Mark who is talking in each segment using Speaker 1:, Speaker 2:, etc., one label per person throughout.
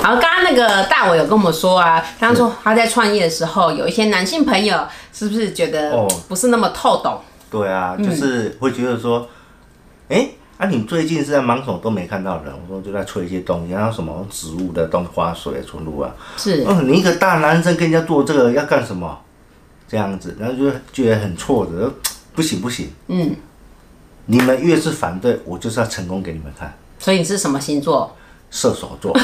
Speaker 1: 好，刚刚那个大伟有跟我们说啊，他说他在创业的时候，有一些男性朋友是不是觉得
Speaker 2: 哦
Speaker 1: 不是那么透懂？
Speaker 2: 对啊，
Speaker 1: 嗯
Speaker 2: 就是会觉得说，哎、啊，你最近是在忙什么？都没看到人。我说就在吹一些东西，然后什么植物的东西花水、纯露啊。
Speaker 1: 是，
Speaker 2: 嗯，你一个大男生跟人家做这个要干什么？这样子，然后就觉得很挫折，呃不行不行，
Speaker 1: 嗯，
Speaker 2: 你们越是反对，我就是要成功给你们看。
Speaker 1: 所以你是什么星座？
Speaker 2: 射手 座，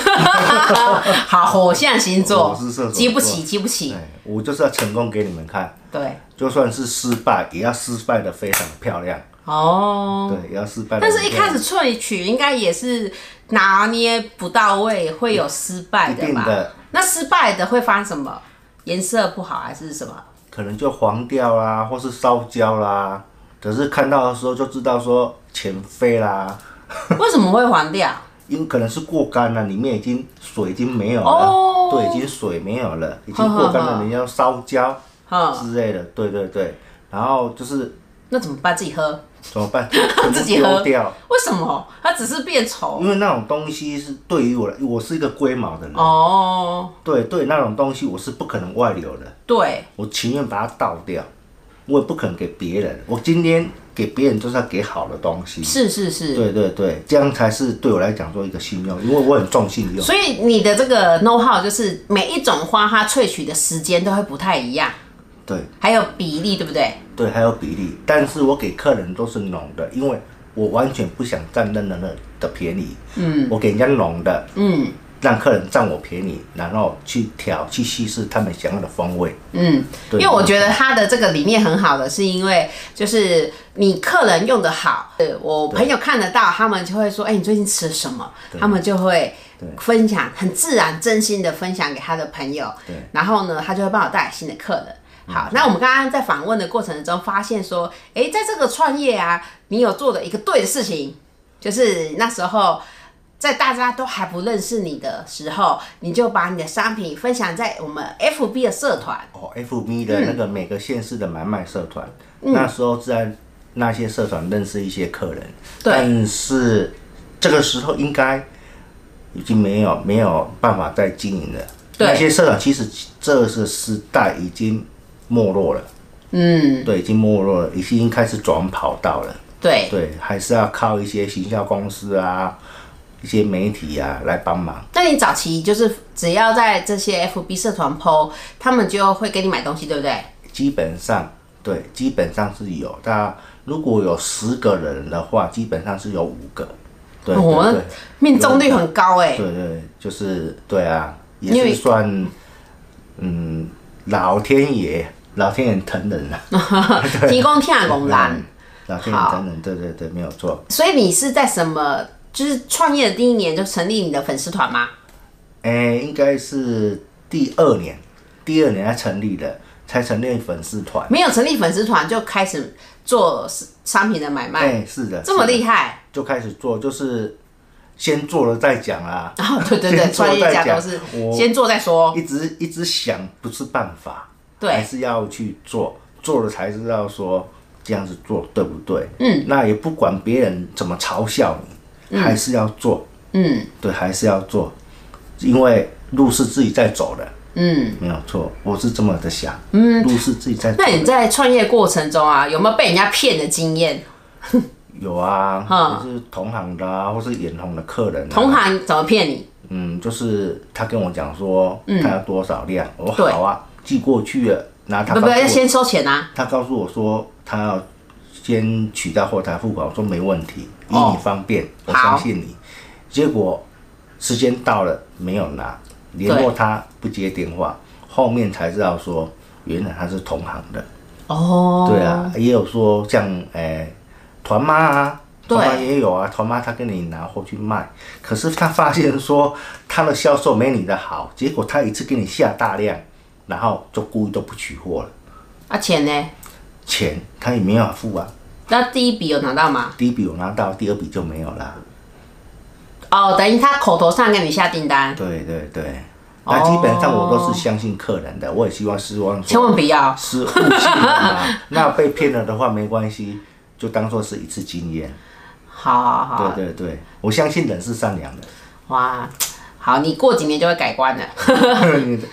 Speaker 1: 好，火象星座，
Speaker 2: 哦我是射手座
Speaker 1: 激不起，激不起
Speaker 2: 对，，我就是要成功给你们看，
Speaker 1: 对，
Speaker 2: 就算是失败，也要失败的非常漂亮。
Speaker 1: 哦。
Speaker 2: 对，也要失败得
Speaker 1: 但
Speaker 2: 很
Speaker 1: 是
Speaker 2: 漂
Speaker 1: 一
Speaker 2: 亮。
Speaker 1: 开始萃取应该也是拿捏不到位，会有失败
Speaker 2: 一
Speaker 1: 的
Speaker 2: 定
Speaker 1: 吧？
Speaker 2: 的
Speaker 1: 那失败的会发生什么？颜色不好还是什么？
Speaker 2: 可能就黄掉啦，或是烧焦啦。可是看到的时候就知道说钱飞啦，
Speaker 1: 为什么会黄掉？
Speaker 2: 因为可 能是过干了，里面已经水已经没有了，
Speaker 1: 哦
Speaker 2: 对，已经水没有了，已经过干
Speaker 1: 呵呵呵
Speaker 2: 了，你要烧 焦
Speaker 1: 嗯，
Speaker 2: 之类的，对对对。然后就是
Speaker 1: 那怎么办？自己喝？
Speaker 2: 怎么 办？全部
Speaker 1: 自己喝
Speaker 2: 丢掉，
Speaker 1: 为什么？它只是变稠
Speaker 2: 因为那种东西是对于我来，我是一个龟毛的人，
Speaker 1: 哦。
Speaker 2: 对对，那种东西我是不可能外流的，
Speaker 1: 对，
Speaker 2: 我情愿把它倒掉，我也不可能给别人。我今天给别人就是要给好的东西，
Speaker 1: 是是是。
Speaker 2: 对对对，这样才是对我来讲做一个信用，因为我很重信用。
Speaker 1: 所以你的这个 know how 就是每一种花它萃取的时间都会不太一样，
Speaker 2: 对
Speaker 1: 还有比例，对不对？
Speaker 2: 对，还有比例，但是我给客人都是浓的，因为我完全不想占任何人的便宜。嗯，我给人家浓的，
Speaker 1: 嗯
Speaker 2: 让客人占我便宜，然后去调去稀释他们想要的风味。
Speaker 1: 嗯，因
Speaker 2: 对
Speaker 1: 为我觉得他的这个理念很好的，是因为就是你客人用的好，呃我朋友看得到，他们就会说，哎、你最近吃了什么？他们就会
Speaker 2: 对
Speaker 1: 分享，很自然、真心的分享给他的朋友
Speaker 2: 对，嗯
Speaker 1: 然后呢，他就会帮我带来新的客人。好，那我们刚刚在访问的过程中发现说，哎、在这个创业啊，你有做的一个对的事情，就是那时候在大家都还不认识你的时候，你就把你的商品分享在我们 FB 的社团。
Speaker 2: 哦，FB
Speaker 1: 嗯
Speaker 2: 的那个每个县市的买卖社团，那时候自然那些社团认识一些客人，
Speaker 1: 对
Speaker 2: 但是这个时候应该已经没有没有办法再经营了。
Speaker 1: 对
Speaker 2: 那些社团其实这个时代已经没落了，
Speaker 1: 嗯，
Speaker 2: 对，已经没落了，已经开始转跑道了。
Speaker 1: 对。
Speaker 2: 对，还是要靠一些行销公司啊、一些媒体啊来帮忙。
Speaker 1: 那你早期就是只要在这些 FB 社团 PO，他们就会给你买东西，对不对？
Speaker 2: 基本上对，基本上是有。那如果有十个人的话，基本上是有五个。对
Speaker 1: 哦
Speaker 2: 对
Speaker 1: 那命中率很高哎、
Speaker 2: 对对对，就是对啊，
Speaker 1: 因
Speaker 2: 也
Speaker 1: 为
Speaker 2: 是算嗯，老天爷，老天爷疼人啊，
Speaker 1: 提供天龙蓝。
Speaker 2: 老天爷疼人，对对对，没有错。
Speaker 1: 所以你是在什么？就是创业的第一年就成立你的粉丝团吗？
Speaker 2: 哎、应该是第二年，第二年才成立的，才成立粉丝团。
Speaker 1: 没有成立粉丝团就开始做商品的买卖，
Speaker 2: 哎、是的，
Speaker 1: 这么厉
Speaker 2: 害，
Speaker 1: 害？
Speaker 2: 就开始做，就是先做了再讲啊。
Speaker 1: 然后哦对对对，
Speaker 2: 先做
Speaker 1: 创业家
Speaker 2: 再讲
Speaker 1: 都是
Speaker 2: 我
Speaker 1: 先做再说。
Speaker 2: 一直一直想不是办法，还
Speaker 1: 对，
Speaker 2: 是要去做，做了才知道说这样子做对不对。嗯，那也不管别人怎么嘲笑你，还是要做，
Speaker 1: 嗯
Speaker 2: 对，还是要做，因为路是自己在走的，
Speaker 1: 嗯。
Speaker 2: 没有错，我是这么的想，嗯，路是自己在走
Speaker 1: 那你
Speaker 2: 的。
Speaker 1: 在创业过程中啊，有没有被人家骗的经验？
Speaker 2: 有啊，
Speaker 1: 嗯
Speaker 2: 就是同行的啊，或是眼红的客人、啊，
Speaker 1: 同，行怎么骗你？
Speaker 2: 嗯，就是他跟我讲说，他要多少量，我
Speaker 1: 嗯对
Speaker 2: 说好啊，寄过去了，拿他
Speaker 1: 不不，
Speaker 2: 告诉
Speaker 1: 要
Speaker 2: 我
Speaker 1: 先收钱啊！
Speaker 2: 他告诉我说他要先取到后台付款，我说没问题，以
Speaker 1: 哦
Speaker 2: 你方便，我
Speaker 1: 好
Speaker 2: 相信你。结果时间到了没有拿，联络他不接电话，后面才知道说原来他是同行的。
Speaker 1: 哦，
Speaker 2: 呃对啊，也有说像诶团妈啊，头妈
Speaker 1: 对
Speaker 2: 也有啊，头妈他跟你拿货去卖，可是他发现说他的销售没你的好，结果他一次给你下大量，然后就故意都不取货了，
Speaker 1: 啊，钱呢？
Speaker 2: 钱他也没办法付啊，
Speaker 1: 那第一笔有拿到吗？
Speaker 2: 第一笔有拿到，第二笔就没有啦。
Speaker 1: 哦，等于他口头上给你下订单，
Speaker 2: 对对对，那基本上我都是相信客人的，我也希望希望
Speaker 1: 千万不要。
Speaker 2: 是误信的嘛， 那被骗了的话没关系，就当做是一次经验。
Speaker 1: 好好好，
Speaker 2: 对对对，我相信人是善良的。
Speaker 1: 哇，好，你过几年就会改观了。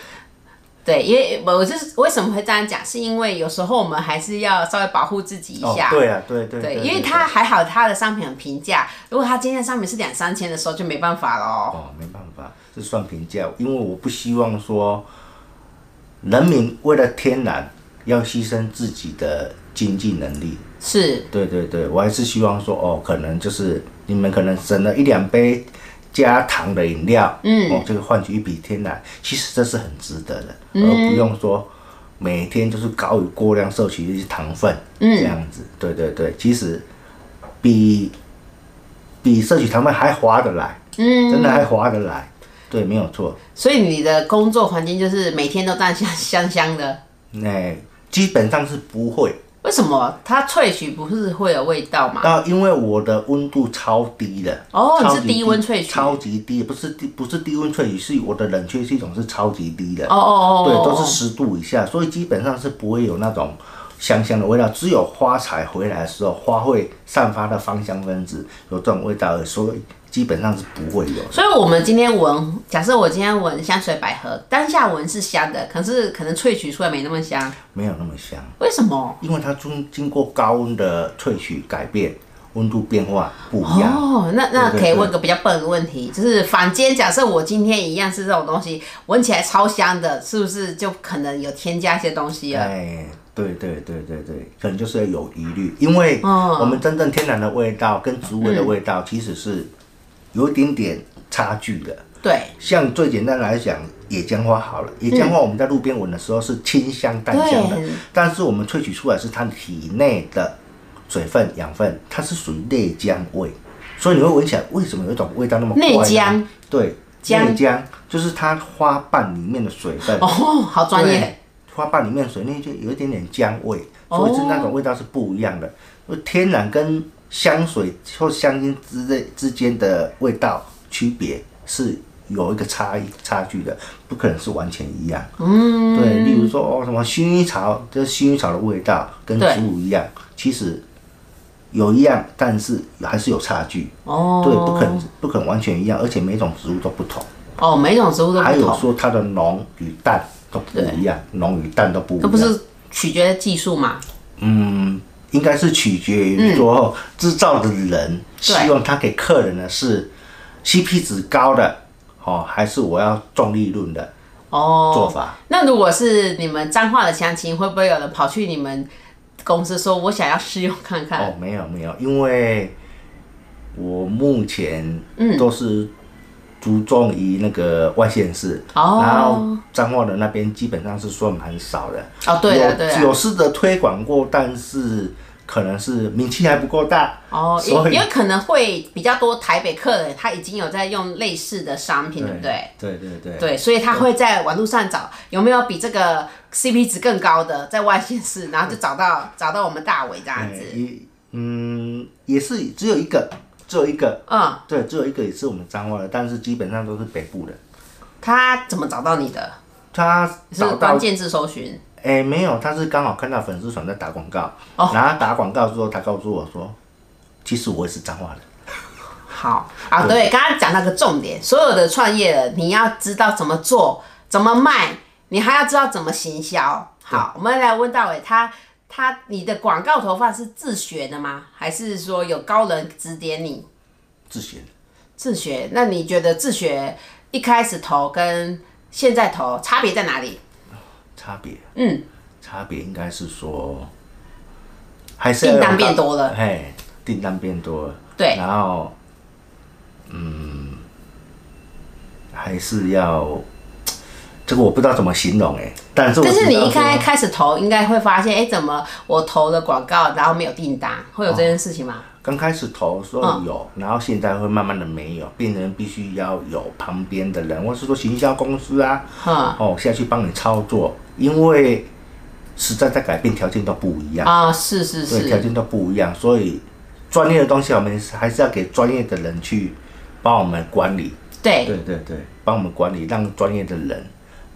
Speaker 1: 对，因为我就是为什么会这样讲，是因为有时候我们还是要稍微保护自己一
Speaker 2: 哦
Speaker 1: 下。，
Speaker 2: 对啊，对对
Speaker 1: 对，因为他还好，他的商品很平价。如果他今天的商品是两三千的时候，就没办法喽。
Speaker 2: 哦，没办法，这算评价，因为我不希望说人民为了天然要牺牲自己的经济能力。
Speaker 1: 是，
Speaker 2: 对对对，我还是希望说，哦，可能就是你们可能省了一两杯加糖的饮料，嗯，哦，这个换取一笔天然，其实这是很值得的，而不用说每天就是高于过量摄取一些糖分，嗯，这样子，对对对，其实比比摄取糖分还划得来，嗯，真的还划得来，对，没有错，
Speaker 1: 所以你的工作环境就是每天都这样香香香的。
Speaker 2: 那、基本上是不会，
Speaker 1: 为什么它萃取不是会有味道吗？
Speaker 2: 那因为我的温度超低的，
Speaker 1: 哦你是
Speaker 2: 超级
Speaker 1: 低温萃取
Speaker 2: 超级低，不是低，不是低温萃取，是我的冷却系统是超级低的，
Speaker 1: 哦哦哦，
Speaker 2: 对，都是
Speaker 1: 哦
Speaker 2: 十度以下，所以基本上是不会有那种香香的味道，只有花采回来的时候，花会散发的芳香分子有这种味道而已，所以基本上是不会有的。
Speaker 1: 所以，我们今天闻，假设我今天闻香水百合，当下闻是香的，可是可能萃取出来没那么香，
Speaker 2: 没有那么香，
Speaker 1: 为什么？
Speaker 2: 因为它经经过高温的萃取改变，温度变化不一样。
Speaker 1: 哦，那那
Speaker 2: 对对
Speaker 1: 可以
Speaker 2: 对
Speaker 1: 问个比较笨的问题，就是坊间假设我今天一样是这种东西，闻起来超香的，是不是就可能有添加一些东西了？
Speaker 2: 哎，对对对对对，可能就是有疑虑，因为
Speaker 1: 哦
Speaker 2: 我们真正天然的味道跟植物的味道其实是有一点点差距的。
Speaker 1: 对
Speaker 2: 像最简单来讲，野姜花好了，野姜花我们在路边闻的时候是清香淡香的
Speaker 1: 嗯对，
Speaker 2: 但是我们萃取出来是它体内的水分、养分，它是属于内姜味，所以你会闻起来为什么有一种味道那么怪呢
Speaker 1: 内姜？
Speaker 2: 对，
Speaker 1: 姜
Speaker 2: 内姜就是它花瓣里面的水分。
Speaker 1: 哦，好专业哦
Speaker 2: 对，花瓣里面水那就有一点点姜味，所以是那种味道是不一样的。天然跟香水或香精之类之间的味道区别是有一个差异差距的，不可能是完全一样。嗯，对，例如说哦什么薰衣草，这薰衣草的味道跟
Speaker 1: 对
Speaker 2: 植物一样，其实有一样，但是还是有差距。
Speaker 1: 哦，
Speaker 2: 对，不可能不可能完全一样，而且每种植物都不同。
Speaker 1: 哦，每种植物都
Speaker 2: 还
Speaker 1: 不
Speaker 2: 有
Speaker 1: 同，
Speaker 2: 说它的浓与淡都不一样，浓与淡都不一
Speaker 1: 这
Speaker 2: 样。
Speaker 1: 不是取决于技术嘛？
Speaker 2: 嗯，应该是取决于说制造的人希
Speaker 1: 对
Speaker 2: 望他给客人的是 CP 值高的，哦，还是我要重利润的
Speaker 1: 哦，
Speaker 2: 做法？
Speaker 1: 那如果是你们彰化的相亲，会不会有人跑去你们公司说，我想要试用看看？
Speaker 2: 哦，没有没有，因为我目前
Speaker 1: 嗯
Speaker 2: 都是注重于那个外县市，
Speaker 1: 哦
Speaker 2: 然后彰化的那边基本上是算蛮少的。
Speaker 1: 哦，对了
Speaker 2: 有
Speaker 1: 对了，
Speaker 2: 有试着推广过，但是可能是名气还不够大
Speaker 1: 哦，因
Speaker 2: 所以
Speaker 1: 因为可能会比较多台北客人，他已经有在用类似的商品，对不对？
Speaker 2: 对对对
Speaker 1: 对，所以他会在网络上找有没有比这个 CP 值更高的，在外县市，然后就找到找到我们大伟这样
Speaker 2: 哎
Speaker 1: 子。
Speaker 2: 也嗯，也是只有一个，只有一个，
Speaker 1: 嗯，
Speaker 2: 对，只有一个也是我们彰化的，但是基本上都是北部的。
Speaker 1: 他怎么找到你的？
Speaker 2: 他
Speaker 1: 是
Speaker 2: 找
Speaker 1: 关
Speaker 2: 到
Speaker 1: 键字搜寻
Speaker 2: 哎、没有，他是刚好看到粉丝团在打广告，
Speaker 1: 哦
Speaker 2: 然后打广告之后，他告诉我说，其实我也是彰化的。
Speaker 1: 好啊，对，刚刚讲到个重点，所有的创业人，你要知道怎么做，怎么卖，你还要知道怎么行销。好，我们来问大伟，他他你的广告投放是自学的吗？还是说有高人指点你
Speaker 2: 自学的
Speaker 1: 自学？那你觉得自学一开始投跟现在投差别在哪里？
Speaker 2: 差别，
Speaker 1: 嗯，
Speaker 2: 差别应该是说，还是要
Speaker 1: 订单
Speaker 2: 有
Speaker 1: 变
Speaker 2: 高
Speaker 1: 多了，
Speaker 2: 嘿，订单变多了，
Speaker 1: 对，
Speaker 2: 然后，嗯，还是要，这个我不知道怎么形容哎、但是我
Speaker 1: 但是你
Speaker 2: 知道
Speaker 1: 一开
Speaker 2: 说
Speaker 1: 开始投，应该会发现，哎、怎么我投了广告，然后没有订单，会有这件事情吗？
Speaker 2: 刚开始投的时候
Speaker 1: 嗯
Speaker 2: 有，然后现在会慢慢的没有，变成必须要有旁边的人，或是说行销公司啊，
Speaker 1: 嗯
Speaker 2: 哦，下去帮你操作，因为时代在改变，条件都不一样，
Speaker 1: 啊，是是
Speaker 2: 对，条
Speaker 1: 是，
Speaker 2: 件都不一样，所以专业的东西我们还是要给专业的人去帮我们管理，对
Speaker 1: 对
Speaker 2: 对对，帮我们管理，让专业的人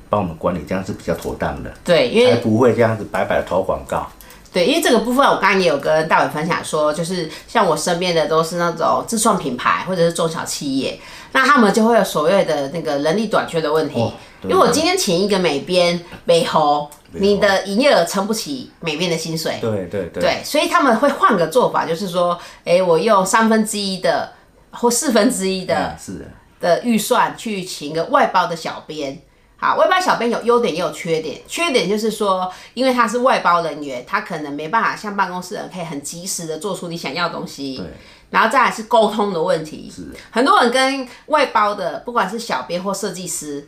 Speaker 2: 帮我们管理，这样是比较妥当的，
Speaker 1: 对，因
Speaker 2: 才
Speaker 1: 为
Speaker 2: 不会这样子白白的投广告。
Speaker 1: 对，因为这个部分我刚刚也有跟大伟分享说，就是像我身边的都是那种自创品牌或者是中小企业，那他们就会有所谓的那个人力短缺的问题。
Speaker 2: 哦
Speaker 1: 因
Speaker 2: 对
Speaker 1: 为我今天请一个美编、美猴，你的营业额撑不起美编的薪水。
Speaker 2: 对对对，
Speaker 1: 对，所以他们会换个做法，就是说，哎、我用三分之一的或四分之一的
Speaker 2: 嗯是的
Speaker 1: 的预算去请一个外包的小编。好，外包小编有优点也有缺点，缺点就是说，因为他是外包人员，他可能没办法像办公室人可以很及时的做出你想要的东西
Speaker 2: 对。
Speaker 1: 然后再来是沟通的问题，很多人跟外包的，不管是小编或设计师，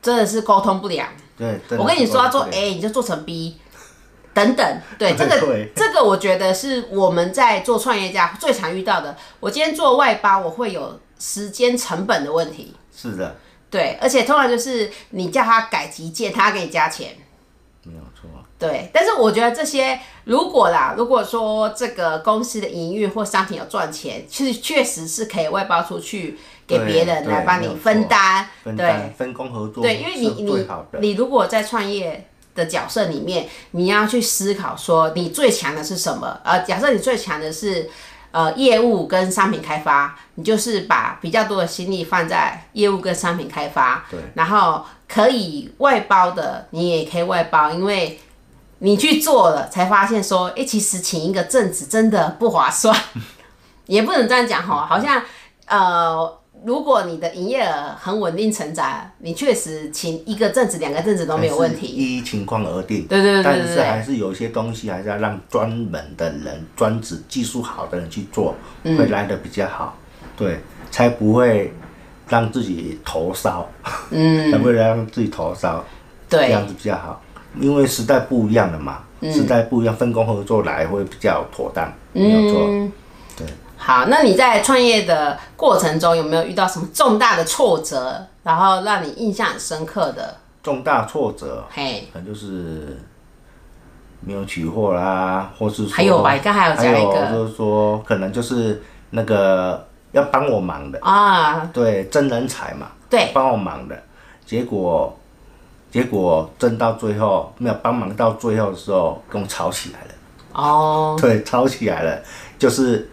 Speaker 1: 真的是沟通不良。
Speaker 2: 对。真的
Speaker 1: 我跟你
Speaker 2: 是
Speaker 1: 说要
Speaker 2: 这
Speaker 1: 做
Speaker 2: 样
Speaker 1: A，你就做成 B，等等。对，这个
Speaker 2: 对
Speaker 1: 这个我觉得是我们在做创业家最常遇到的。我今天做外包，我会有时间成本的问题。
Speaker 2: 是的，
Speaker 1: 对，而且通常就是你叫他改急件，他给你加钱。
Speaker 2: 没有错。
Speaker 1: 对，但是我觉得这些如果啦，如果说这个公司的营运或商品有赚钱，确确实是可以外包出去给别人
Speaker 2: 对
Speaker 1: 来帮
Speaker 2: 没有
Speaker 1: 你
Speaker 2: 错
Speaker 1: 分担。
Speaker 2: 分
Speaker 1: 对
Speaker 2: 担、分工合作，
Speaker 1: 对，因为你
Speaker 2: 最
Speaker 1: 你
Speaker 2: 好的。
Speaker 1: 你如果在创业的角色里面，你要去思考说你最强的是什么？呃，假设你最强的是呃业务跟商品开发，你就是把比较多的心力放在业务跟商品开发，
Speaker 2: 对，
Speaker 1: 然后可以外包的你也可以外包，因为。你去做了，才发现说，哎、其实请一个正职真的不划算，也不能这样讲哈，
Speaker 2: 嗯
Speaker 1: 好像呃，如果你的营业额很稳定成长，你确实请一个阵子、两个阵子都没有问
Speaker 2: 还是
Speaker 1: 题。
Speaker 2: 依情况而定。
Speaker 1: 对对对对
Speaker 2: 但
Speaker 1: 对
Speaker 2: 是
Speaker 1: 对
Speaker 2: 还是有一些东西还是要让专门的人、专职技术好的人去做，
Speaker 1: 嗯
Speaker 2: 会来的比较好，对，才不会让自己头烧，嗯， 才不会让自己头烧，这
Speaker 1: 对
Speaker 2: 样子比较好。因为时代不一样了嘛，
Speaker 1: 嗯
Speaker 2: 时代不一样，分工合作来会比较妥当，没有错。
Speaker 1: 好，那你在创业的过程中有没有遇到什么重大的挫折，然后让你印象很深刻的？
Speaker 2: 重大挫折，
Speaker 1: 嘿，
Speaker 2: 可能就是没有取货啦，或是说
Speaker 1: 还有吧刚才还有加一个
Speaker 2: 还有就是说可能就是那个要帮我忙的，
Speaker 1: 啊，
Speaker 2: 对，真人才嘛，
Speaker 1: 对，
Speaker 2: 帮我忙的，结果结果争到最后没有帮忙到最后的时候，跟我吵起来了，
Speaker 1: 哦，
Speaker 2: 对，吵起来了，就是。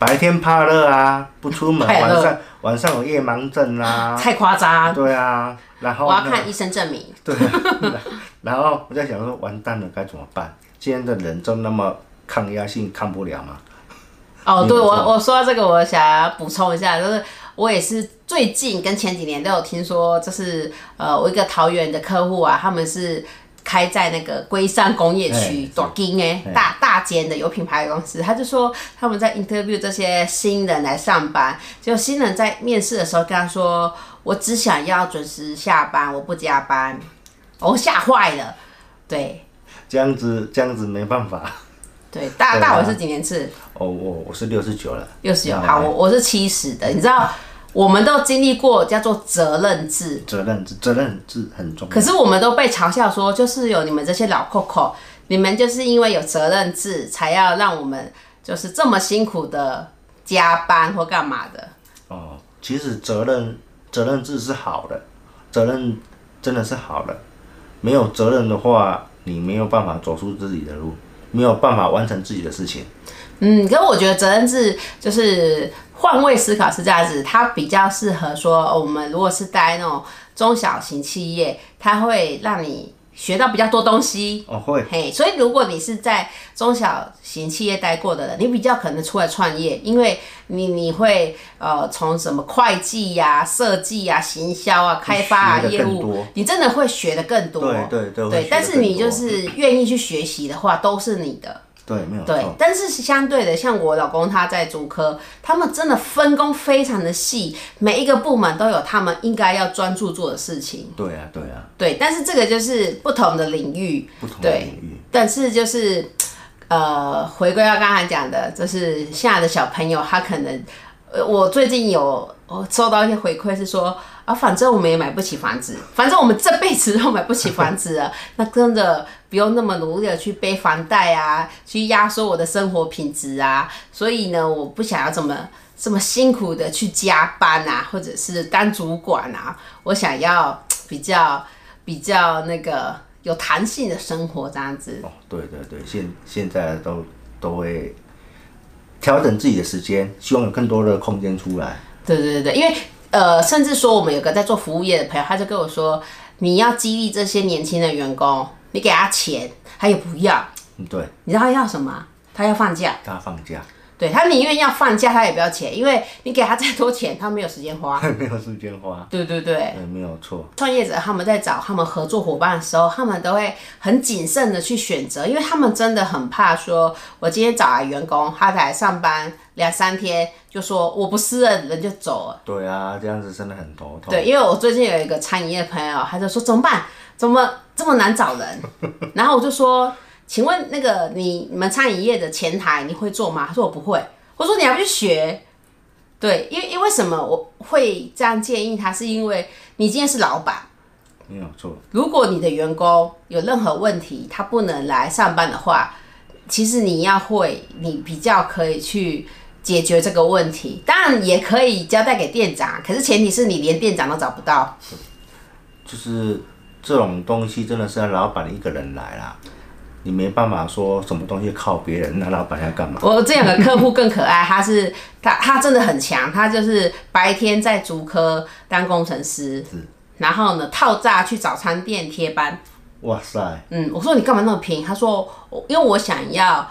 Speaker 2: 白天怕热啊，不出门；
Speaker 1: 怕热
Speaker 2: 晚上晚上有夜盲症啊，
Speaker 1: 太夸张，
Speaker 2: 对啊，然后
Speaker 1: 我要
Speaker 2: 那个
Speaker 1: 看医生证明。
Speaker 2: 对、啊，然后我在想说，完蛋了，该怎么办？现在的人就那么抗压性抗不了嘛？
Speaker 1: 哦，
Speaker 2: 嗯
Speaker 1: 对
Speaker 2: 没
Speaker 1: 我
Speaker 2: 错
Speaker 1: 我说到这个，我想要补充一下，就是我也是最近跟前几年都有听说，就是呃，我一个桃园的客户啊，他们是开在那个龟山工业
Speaker 2: 哎
Speaker 1: 区
Speaker 2: 是
Speaker 1: 大金哎
Speaker 2: 哎
Speaker 1: 大大间的有品牌的公司，他就说他们在 interview 这些新人来上班，就新人在面试的时候跟他说，我只想要准时下班，我不加班，我吓坏了，对
Speaker 2: 这样子这样子没办法。
Speaker 1: 对，大、
Speaker 2: 对啊
Speaker 1: 大我是几年次？
Speaker 2: 哦，我我是六十九了，
Speaker 1: 六十九，
Speaker 2: 嗯
Speaker 1: 好，我我是七十的，你知道，我们都经历过叫做责任制，
Speaker 2: 责任制责任制很重要。
Speaker 1: 可是我们都被嘲笑说，就是有你们这些老 Coco，你们就是因为有责任制，才要让我们就是这么辛苦的加班或干嘛的。
Speaker 2: 哦，其实责任责任制是好的，责任真的是好的。没有责任的话，你没有办法走出自己的路，没有办法完成自己的事情。
Speaker 1: 嗯，可是我觉得责任制就是换位思考是这样子，它比较适合说，哦我们如果是待那种中小型企业，它会让你学到比较多东西，
Speaker 2: 哦，会
Speaker 1: 嘿，所以如果你是在中小型企业待过的人，你比较可能出来创业，因为你你会呃从什么会计呀、设计呀、行销啊、开发啊、
Speaker 2: 学得
Speaker 1: 业
Speaker 2: 更
Speaker 1: 务
Speaker 2: 多，
Speaker 1: 你真的会学的更多。
Speaker 2: 对对对会学得
Speaker 1: 但是你
Speaker 2: 更多
Speaker 1: 就是愿意去学习的话，都是你的。
Speaker 2: 对，没有
Speaker 1: 对
Speaker 2: 错，。
Speaker 1: 但是相对的，像我老公他在主科，他们真的分工非常的细，每一个部门都有他们应该要专注做的事情。
Speaker 2: 对啊，对啊，
Speaker 1: 对，但是这个就是不同的领域，
Speaker 2: 不同的
Speaker 1: 对
Speaker 2: 领域。
Speaker 1: 但是就是呃，回归到刚才讲的，就是现在的小朋友，他可能，呃，我最近有我收到一些回馈是说，啊，反正我们也买不起房子，反正我们这辈子都买不起房子了， 那真的不用那么努力的去背房贷啊，去压缩我的生活品质啊，所以呢，我不想要这么。这么辛苦的去加班啊，或者是当主管啊，我想要比较比较那个有弹性的生活这样子。
Speaker 2: 哦，对对对，现现在都都会调整自己的时间，希望有更多的空间出来。
Speaker 1: 对对对，对因为呃，甚至说我们有个在做服务业的朋友，他就跟我说，你要激励这些年轻的员工，你给他钱，他也不要，
Speaker 2: 嗯，对，
Speaker 1: 你知道他要什么？他要放假，
Speaker 2: 大家放假，
Speaker 1: 对他宁愿要放假，他也不要钱，因为你给他再多钱，他没有时间花。
Speaker 2: 没有时间花，
Speaker 1: 对对对，
Speaker 2: 对，没有错，
Speaker 1: 创业者他们在找他们合作伙伴的时候，他们都会很谨慎的去选择，因为他们真的很怕说，我今天找来员工，他才上班两三天，就说我不是人，人就走了。
Speaker 2: 对啊，这样子真的很头痛。
Speaker 1: 对，，因为我最近有一个餐饮业朋友，他就说怎么办？怎么这么难找人？然后我就说，请问那个你你们餐饮业的前台你会做吗？他说我不会。我说你还不去学？对，因为因为什么我会这样建议他，是因为你今天是老板。
Speaker 2: 没有错，
Speaker 1: 如果你的员工有任何问题，他不能来上班的话，其实你要会，你比较可以去解决这个问题。当然也可以交代给店长，可是前提是你连店长都找不到。
Speaker 2: 就是这种东西真的是要老板一个人来啦，你没办法说什么东西靠别人，那老板要干嘛？
Speaker 1: 我这两个客户更可爱，他是他他真的很强，他就是白天在竹科当工程师，然后呢套炸去早餐店贴班，
Speaker 2: 哇塞，
Speaker 1: 嗯，我说你干嘛那么便宜？他说，我因为我想要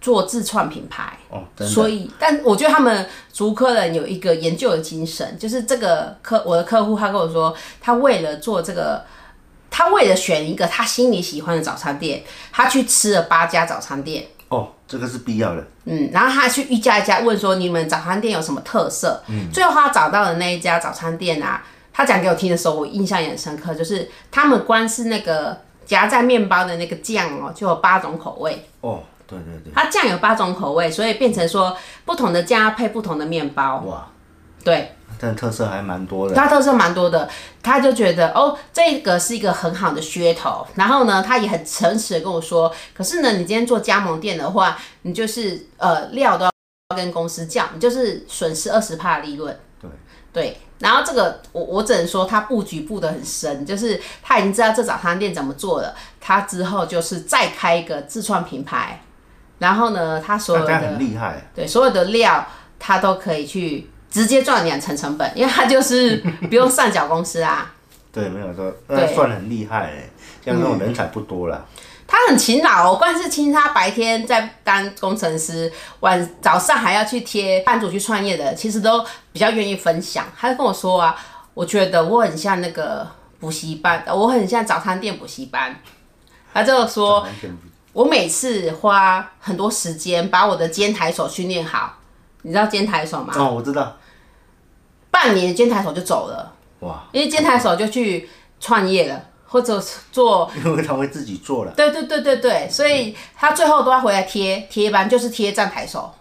Speaker 1: 做自创品牌，
Speaker 2: 哦真的
Speaker 1: 所以，但我觉得他们竹科人有一个研究的精神，就是这个客我的客户他跟我说，他为了做这个，他为了选一个他心里喜欢的早餐店，他去吃了八家早餐店。
Speaker 2: 哦，这个是必要的，
Speaker 1: 嗯，然后他去一家一家问说你们早餐店有什么特色？嗯，最后他找到的那一家早餐店啊，他讲给我听的时候，我印象也很深刻，就是他们光是那个夹在面包的那个酱哦，就有八种口味，
Speaker 2: 哦，对对对，
Speaker 1: 它酱有八种口味，所以变成说不同的酱要配不同的面包。
Speaker 2: 哇，
Speaker 1: 对，
Speaker 2: 但特色还蛮多的，
Speaker 1: 他特色蛮多的，他就觉得哦，这个是一个很好的噱头。然后呢，他也很诚实的跟我说，可是呢，你今天做加盟店的话，你就是呃料都要跟公司叫，你就是损失二十帕利润。
Speaker 2: 对
Speaker 1: 对，然后这个我我只能说他布局布的很深，就是他已经知道这早餐店怎么做了，他之后就是再开一个自创品牌，然后呢，他所有的
Speaker 2: 那他很厉害，
Speaker 1: 对，所有的料他都可以去直接赚两成成本，因为他就是不用上缴公司啊。
Speaker 2: 对，没有错，
Speaker 1: 对
Speaker 2: 那算很厉害欸像这种人才不多啦。
Speaker 1: 他很勤劳哦，光是听他白天在当工程师，晚早上还要去贴班主去创业的，其实都比较愿意分享。他就跟我说啊，我觉得我很像那个补习班，呃我很像早餐店补习班。他就说，
Speaker 2: 完全不
Speaker 1: 我每次花很多时间把我的肩抬手训练好，你知道肩抬手吗？
Speaker 2: 哦，我知道，
Speaker 1: 半年肩抬手就走了。
Speaker 2: 哇，
Speaker 1: 因为监台手就去创业了，或者是做，
Speaker 2: 因为他会自己做了，
Speaker 1: 对对对对对，所以他最后都要回来贴贴班，就是贴站台手，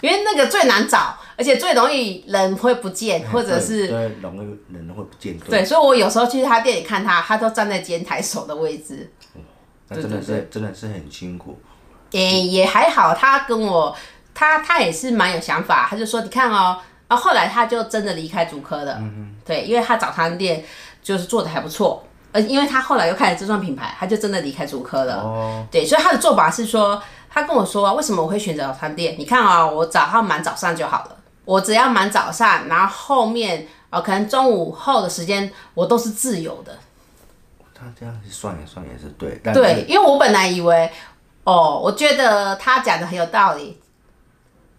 Speaker 1: 因为那个最难找，而且最容易人会不见，或者是
Speaker 2: 哎对对容易人会不见，
Speaker 1: 对，，所以我有时候去他店里看他，他都站在监台手的位置。
Speaker 2: 那真
Speaker 1: 对
Speaker 2: 的
Speaker 1: 对
Speaker 2: 是真的是很辛苦，
Speaker 1: 也、也还好，他跟我，他他也是蛮有想法，他就说你看哦，然后后来他就真的离开竹科了，对，因为他早餐店就是做的还不错，呃，因为他后来又开了自创品牌，他就真的离开竹科了，
Speaker 2: 哦
Speaker 1: 对，所以他的做法是说，他跟我说啊，为什么我会选择早餐店？你看啊、我早上满早上就好了，我只要满早上，然后后面哦，可能中午后的时间我都是自由的，
Speaker 2: 他这样子算也算也是对，但是
Speaker 1: 对，因为我本来以为，哦，我觉得他讲的很有道理，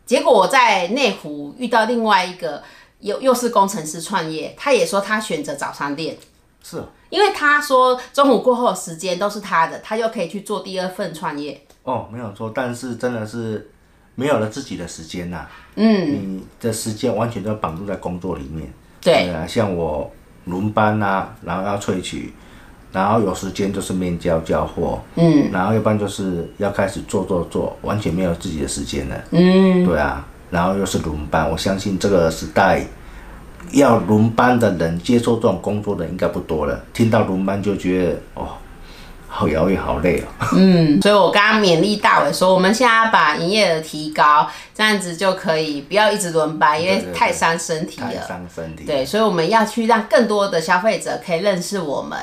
Speaker 1: 结果我在内湖遇到另外一个又又是工程师创业，他也说他选择早餐店，
Speaker 2: 是哦
Speaker 1: 因为他说中午过后的时间都是他的，他又可以去做第二份创业。
Speaker 2: 哦，没有错，但是真的是没有了自己的时间呐、嗯，你的时间完全都绑住在工作里面。
Speaker 1: 对
Speaker 2: 啊，像我轮班呐、啊，然后要萃取，然后有时间就是面交交货，
Speaker 1: 嗯，
Speaker 2: 然后要不然就是要开始做做做，完全没有自己的时间了，嗯，对啊，然后又是轮班，我相信这个时代要轮班的人接受这种工作的应该不多了，听到轮班就觉得哦，好遥远，好累哦，
Speaker 1: 嗯所以我刚刚勉励大伟说，我们现在把营业额提高，这样子就可以不要一直轮班，因为
Speaker 2: 对对
Speaker 1: 太伤身体
Speaker 2: 太
Speaker 1: 了。
Speaker 2: 伤身体，
Speaker 1: 对，所以我们要去让更多的消费者可以认识我们，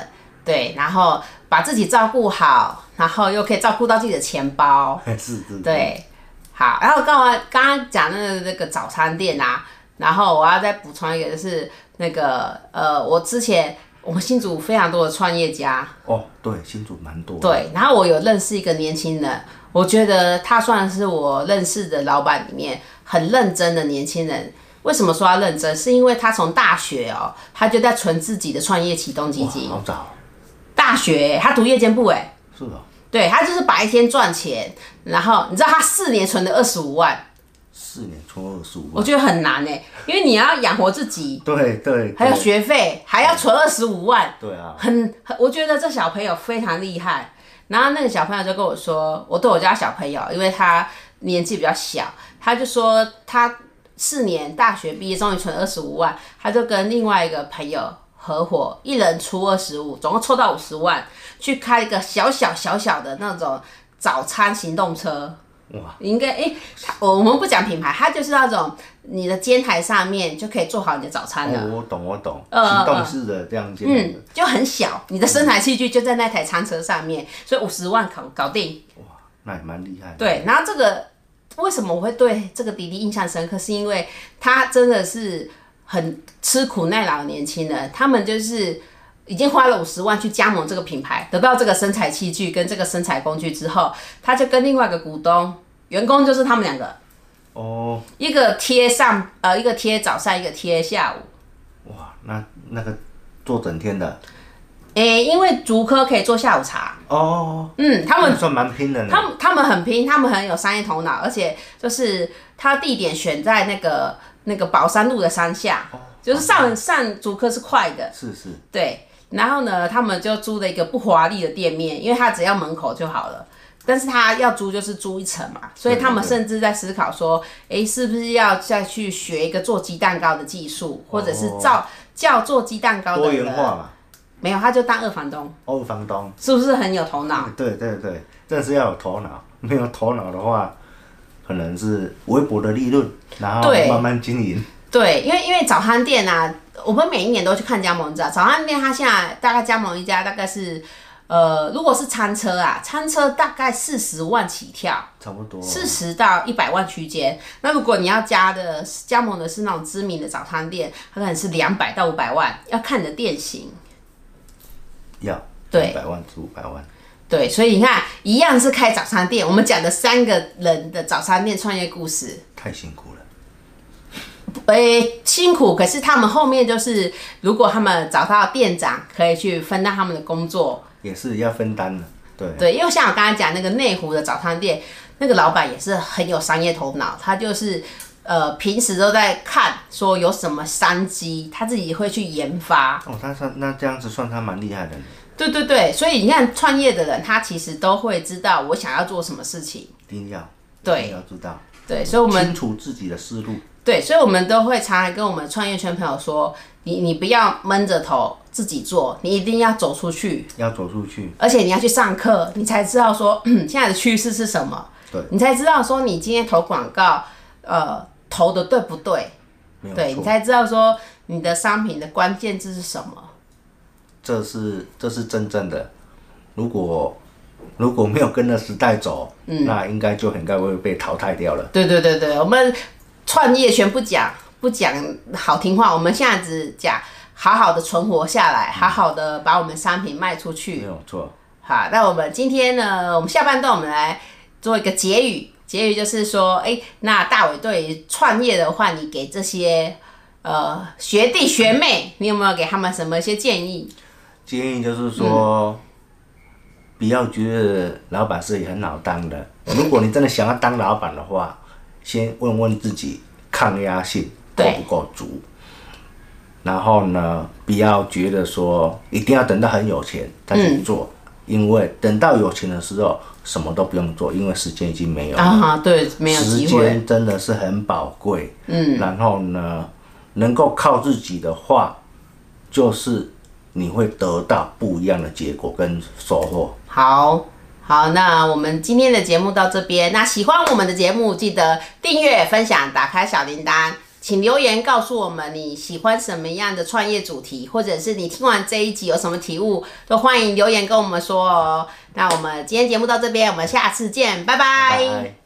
Speaker 1: 对，然后把自己照顾好，然后又可以照顾到自己的钱包，
Speaker 2: 哎是是，是，
Speaker 1: 对，好，然后刚刚刚刚讲的那个早餐店啊，然后我要再补充一个，就是那个呃，我之前我们新竹非常多的创业家，
Speaker 2: 哦，对，新竹蛮多，，
Speaker 1: 对，然后我有认识一个年轻人，我觉得他算是我认识的老板里面很认真的年轻人。为什么说他认真？是因为他从大学哦，他就在存自己的创业启动基
Speaker 2: 哇，
Speaker 1: 金。
Speaker 2: 好早，哦
Speaker 1: 大学他读夜间部哎，
Speaker 2: 是哦，
Speaker 1: 对他就是白天赚钱，然后你知道他四年存了二十五万，
Speaker 2: 四年出二十五
Speaker 1: 我
Speaker 2: 万，
Speaker 1: 觉得很难哎，因为你要养活自己，
Speaker 2: 对对，
Speaker 1: 还有
Speaker 2: 对，
Speaker 1: 学费，还要存二十五万，
Speaker 2: 对啊，
Speaker 1: 很，很我觉得这小朋友非常厉害。然后那个小朋友就跟我说，我对我家小朋友，因为他年纪比较小，他就说他四年大学毕业，终于存二十五万，他就跟另外一个朋友合伙，一人出二十五，总共凑到五十万，去开一个小小小小的那种早餐行动车。
Speaker 2: 哇，
Speaker 1: 应该诶，他我我们不讲品牌，它就是那种你的煎台上面就可以做好你的早餐了。
Speaker 2: 哦我懂我懂，
Speaker 1: 呃
Speaker 2: 行动式的这样子，
Speaker 1: 嗯，就很小，你的生产器具就在那台餐车上面，所以五十万搞搞定。
Speaker 2: 那也蛮厉害的，
Speaker 1: 对，然后这个为什么我会对这个弟弟印象深刻，是因为他真的是很吃苦耐劳的年轻人，他们就是。已经花了五十万去加盟这个品牌，得到这个生产器具跟这个生产工具之后，他就跟另外一个股东、员工，就是他们两个，
Speaker 2: 哦，
Speaker 1: 一个贴上呃，一个贴早上，一个贴下午，
Speaker 2: 哇，那那个做整天的，
Speaker 1: 诶，因为竹科可以做下午茶，
Speaker 2: 哦，
Speaker 1: 嗯，他们
Speaker 2: 那算蛮拼的呢
Speaker 1: 他，们他们很拼，他们很有商业头脑，而且就是他地点选在那个那个宝山路的山下，
Speaker 2: 哦
Speaker 1: 就是上上竹科是快的，
Speaker 2: 是是，
Speaker 1: 对。然后呢，他们就租了一个不华丽的店面，因为他只要门口就好了。但是他要租就是租一层嘛，所以他们
Speaker 2: 对对
Speaker 1: 甚至在思考说，诶，是不是要再去学一个做鸡蛋糕的技术，或者是造叫做鸡蛋糕
Speaker 2: 哦多
Speaker 1: 的
Speaker 2: 元
Speaker 1: 人？
Speaker 2: 化嘛，
Speaker 1: 没有，他就当二房东，
Speaker 2: 欧房东，
Speaker 1: 是不是很有头脑？
Speaker 2: 对对对，这是要有头脑，没有头脑的话，可能是微薄的利润，然后
Speaker 1: 对
Speaker 2: 慢慢经营，
Speaker 1: 对，因为因为早餐店啊，我们每一年都去看加盟者。啊早餐店它现在大概加盟一家大概是，呃，如果是餐车啊，餐车大概四十万起跳，
Speaker 2: 差不多，
Speaker 1: 四十到一百万区间。那如果你要加的加盟的是那种知名的早餐店，它可能是两百到五百万，要看你的店型。
Speaker 2: 要
Speaker 1: 对
Speaker 2: 百万至五百万，
Speaker 1: 对，所以你看，一样是开早餐店，我们讲的三个人的早餐店创业故事，
Speaker 2: 太辛苦了，
Speaker 1: 诶、辛苦，可是他们后面就是，如果他们找到店长，可以去分担他们的工作。
Speaker 2: 也是要分担的，对，啊
Speaker 1: 对，因为像我刚才讲那个内湖的早餐店，那个老板也是很有商业头脑，他就是呃平时都在看说有什么商机，他自己会去研发。
Speaker 2: 哦，他算那这样子算他蛮厉害的呢，
Speaker 1: 对对对，所以你看创业的人，他其实都会知道我想要做什么事情。
Speaker 2: 一定要，
Speaker 1: 对
Speaker 2: 一定要知道，
Speaker 1: 对，所以我们
Speaker 2: 清楚自己的思路。
Speaker 1: 对，所以我们都会常常跟我们创业圈朋友说，你你不要闷着头自己做，你一定要走出去，
Speaker 2: 要走出去，
Speaker 1: 而且你要去上课，你才知道说 现在的趋势是什么，
Speaker 2: 对
Speaker 1: 你才知道说你今天投广告，呃，投的对不对？
Speaker 2: 没有
Speaker 1: 对你
Speaker 2: 错，
Speaker 1: 才知道说你的商品的关键字是什么。
Speaker 2: 这是这是真正的。如果如果没有跟着时代走，
Speaker 1: 嗯
Speaker 2: 那应该就很快会被淘汰掉了。
Speaker 1: 对对对对，我们创业圈不讲不讲好听话，我们现在只讲好好的存活下来，好好的把我们商品卖出去
Speaker 2: 没。有错，
Speaker 1: 好，那我们今天呢，我们下半段我们来做一个结语。结语就是说，哎、那大伟对于创业的话，你给这些呃学弟学妹，你有没有给他们什么一些建议？
Speaker 2: 建议就是说，不要觉得老板是很好当的。如果你真的想要当老板的话，先问问自己抗压性够
Speaker 1: 对
Speaker 2: 不够足。然后呢，不要觉得说一定要等到很有钱再去做，因为等到有钱的时候什么都不用做，因为时间已经没有了。
Speaker 1: 啊哈，对，没有
Speaker 2: 时
Speaker 1: 机会，
Speaker 2: 间真的是很宝贵。嗯，然后呢，能够靠自己的话，就是你会得到不一样的结果跟收获。
Speaker 1: 好。好，那我们今天的节目到这边。那喜欢我们的节目，记得订阅、分享、打开小铃铛，请留言告诉我们你喜欢什么样的创业主题，或者是你听完这一集有什么体悟，都欢迎留言跟我们说哦。那我们今天节目到这边，我们下次见，拜拜
Speaker 2: 拜拜